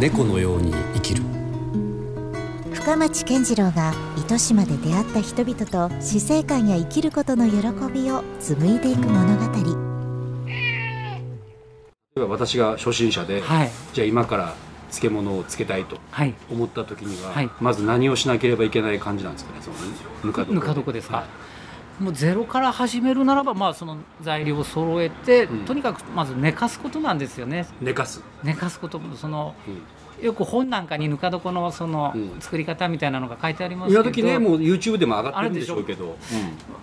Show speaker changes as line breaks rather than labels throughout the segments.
猫のように生きる
深町健次郎が糸島で出会った人々と死生観や生きることの喜びを紡いでいく物語
例えば私が初心者で、
はい
じゃあ今から漬物をつけたいと
はい
思った時には、
はい
まず何をしなければいけない感じなんですかねそのぬか床
ぬか床です
は
かもうゼロから始めるならば、まあ、その材料を揃えて、
うん
とにかくまず寝かすことなんですよね
い寝かす、
寝かすこともその
うん
よく本なんかにぬか床のその
うん
作り方みたいなのが書いてありますけ
今
ど、
時ねもう YouTube でも上がってるんでしょうけど、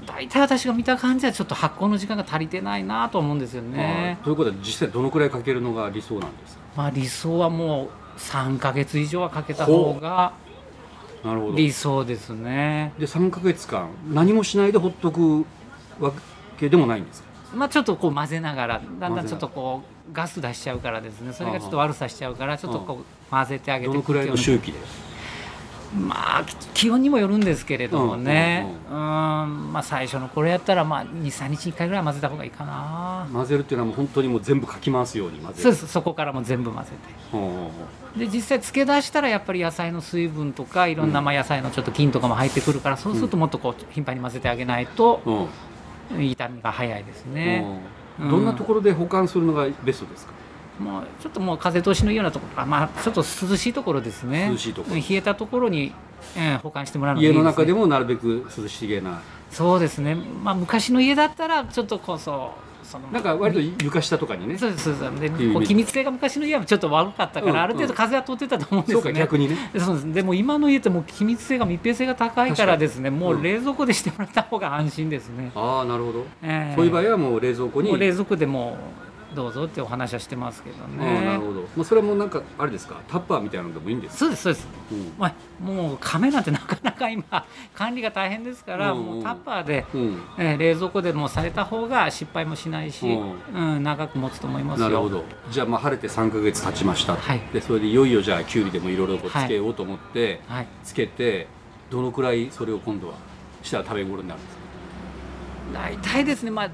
大体私が見た感じはちょっと発酵の時間が足りてないなと思うんですよ
うん
ね
あー、ということは実際どのくらいかけるのが理想なんですか
まあ、理想はもう3ヶ月以上はかけた方が
なるほど
理想ですね
で3か月間何もしないでほっとくわけでもないんですか
まあ、ちょっとこう混ぜながらだんだ
混ぜなが
ん
ら
ちょっとこうガス出しちゃうからですねそれがちょっと悪さしちゃうからちょっとこう混ぜてあげて
どのくらいの
空気を
周期で
まあき気温にもよるんですけれどもねう
う
ーんまあ最初のこれやったらまあ23日に1回ぐらいは混ぜた方がいいかな
混ぜるっていうのはもう本当にもう全部かき回すように混ぜる
そうですそこからもう全部混ぜ
うんうんうん
てで実際漬け出したらやっぱり野菜の水分とかいろんな
うん
まあ野菜のちょっと菌とかも入ってくるからそうするともっとこう頻繁に混ぜてあげないと
うん
傷みが早いですね
うんどんなところで保管するのがベストですか、
もうちょっともう風通しのいいようなところあまあちょっと涼しいところですね
涼しいところ
うん冷えたところに、うん保管してもらうのがいい
家
です、ね、
の中でもなるべく涼しげな
そうですねまあ昔の家だったらちょっとこうそうその
なんか割と床下とかにね
そうですそうです
ていう
で
イメ
こ
ー
う
ジ
気密性が昔の家はちょっと悪かったから、
うん
ある程度風は通ってたと思うんで
そ
すよ
う
ね
か逆にね
そうですでも今の家ってもう気密性が密閉性が高いからですね
う
もうん冷蔵庫でしてもらった方が安心ですね、
ああなるほど、
ええ
そういう場合はもう冷蔵庫に
もう冷蔵庫でもうどうぞってお話はしてますけど
ああなる
ね
ほど、まあ、それもなんかあれですかタッパーみたいなのでもいいんですか、
そうですそうです
うん
まあ、もう亀なんてなかなか今管理が大変ですから、
うんうん
もうタッパーで、
うん、
えー冷蔵庫でもうされた方が失敗もしないし、
う
うん長く持つと思いますよ
なるほどじゃあまあ晴れて3か月経ちました、
はい
でそれでいよいよじゃあきゅうりでもいろいろこうつけようと思って、
はい、
つけてどのくらいそれを今度はしたら食べ頃になるんですか
大体ですね、まあ、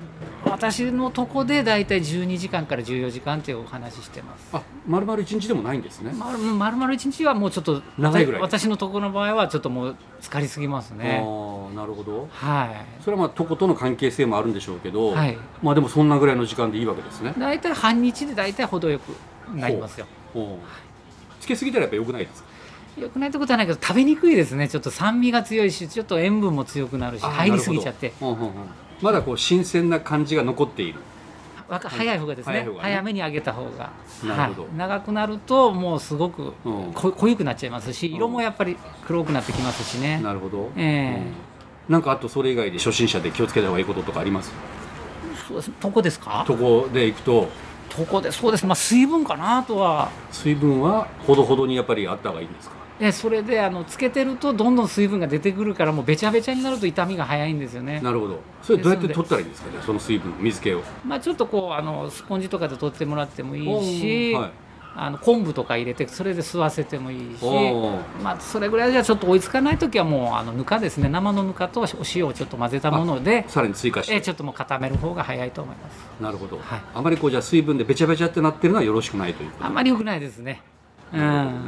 私のとこで大体12時間から14時間っていうお話ししてます。
あ丸々1日でもないんですね、
まるまるまる一日はもうちょっと
長いぐらい
私のとこの場合はちょっともう疲れすぎます
あ
ね。
ーなるほど
は
それはまあとことの関係性もあるんでしょうけど、
い、はい、
まあでもそんなぐらいの時間でいいわけですね
大体半日で大体程よくなりますよ。
おうつけすぎたらやっぱ良くないですか
良くないってことはないけど食べにくいですねちょっと酸味が強いしちょっと塩分も強くなるし
あー
入りすぎちゃって、
うんうんうんまだこう新鮮な感じが残っている
わか早い方がですね
早い
早
方がね
めに揚げた方が
なるほど
はい、長くなるともうすごく
うん
こ濃ゆくなっちゃいますし色もやっぱり黒くなってきますしね、
なるほど、
ええ
うんなんかあとそれ以外で初心者で気をつけた方がいいこととかあります
そうですとこですか
とこで行くと
とこでそうですまあ水分かなとは
水分はほどほどにやっぱりあった方がいいんですか
でそれであのつけてるとどんどん水分が出てくるからもうべちゃべちゃになると痛みが早いんですよね
なるほどそれどうやって
ですの
取っ
で
たらいいんですかねその水分水気を
まあちょっとこうあのスポンジとかで取ってもらってもいいし、
おーはい
あの昆布とか入れてそれで吸わせてもいいし
おー
まあ、それぐらいじゃちょっと追いつかない時はもうあのぬかですね生のぬかとお塩をちょっと混ぜたもので
さらに追加し
え
て
ちょっともう固める方が早いと思います
なるほど、
はい
あまりこうじゃあ水分でべちゃべちゃってなってるのはよろしくないということ
あんまり良くないですねうん、
なるほどね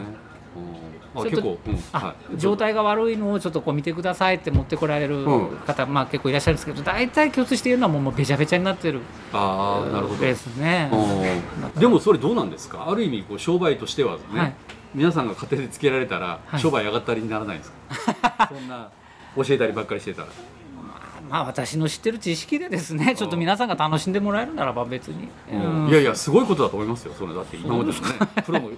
うんあ
ちょっと
結構、うん
あ
はい
状態が悪いのをちょっとこう見てくださいって持ってこられる
うん
方、まあ、結構いらっしゃるんですけど大体共通しているのはもうもうべちゃべちゃになってる
ああなるほど
ですね
うんでもそれどうなんですかある意味こう商売としてはね、
はい
皆さんが家庭でつけられたら
はい
商売上がったりにならないんです か、そんな教えたりばっかりしてたら
まあ私の知ってる知識でですねちょっと皆さんが楽しんでもらえるならば別に、うん
いやいやすごいことだと思いますよそれだって今までのねプ ロも、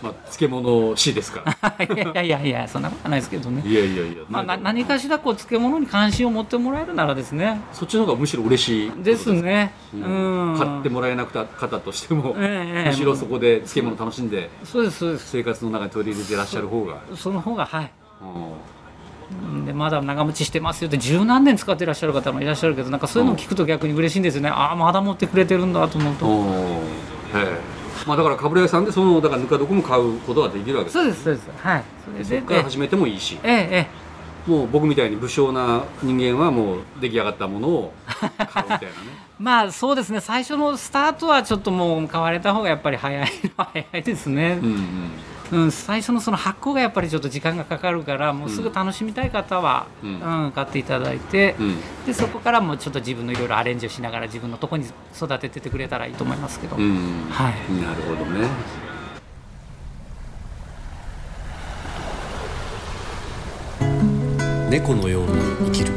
まあ、漬物師ですから
いやいやいやそんなことはないですけどね
いやいやいや、
まあ、
な
なん何かしらこう漬物に関心を持ってもらえるならですね。
そっちの方がむしろ嬉しいこと
ですね。う
うん
ん。
買ってもらえなくた方としても、
ええ
むしろそこで漬物楽しんで
そうですそうです。
生活の中に取り入れてらっしゃる方が、
その方がはい。
うん
うんでまだ長持ちしてますよって十何年使ってらっしゃる方もいらっしゃるけどなんかそういうのを聞くと逆に嬉しいんですよね。ああまだ持ってくれてるんだと思うと。
おええまあだからかぶれ屋さんでそのだからぬか床も買うことができるわけです
そうですそうです。はい。
で
そ
そ
れ
こ
で
から始めてもいいし
ええええええ
もう僕みたいに武将な人間はもう出来上がったものを買うみたい なね
まあそうですね最初のスタートはちょっともう買われた方がやっぱり早い早いですね
う、んうん
うん、最初のその発行がやっぱりちょっと時間がかかるからもうすぐ楽しみたい方は、
う
うんん買っていただいて、
うん
でそこからもうちょっと自分のいろいろアレンジをしながら自分のとこに育ててってくれたらいいと思いますけど、
うん
はい
なるほどね
猫のように生きる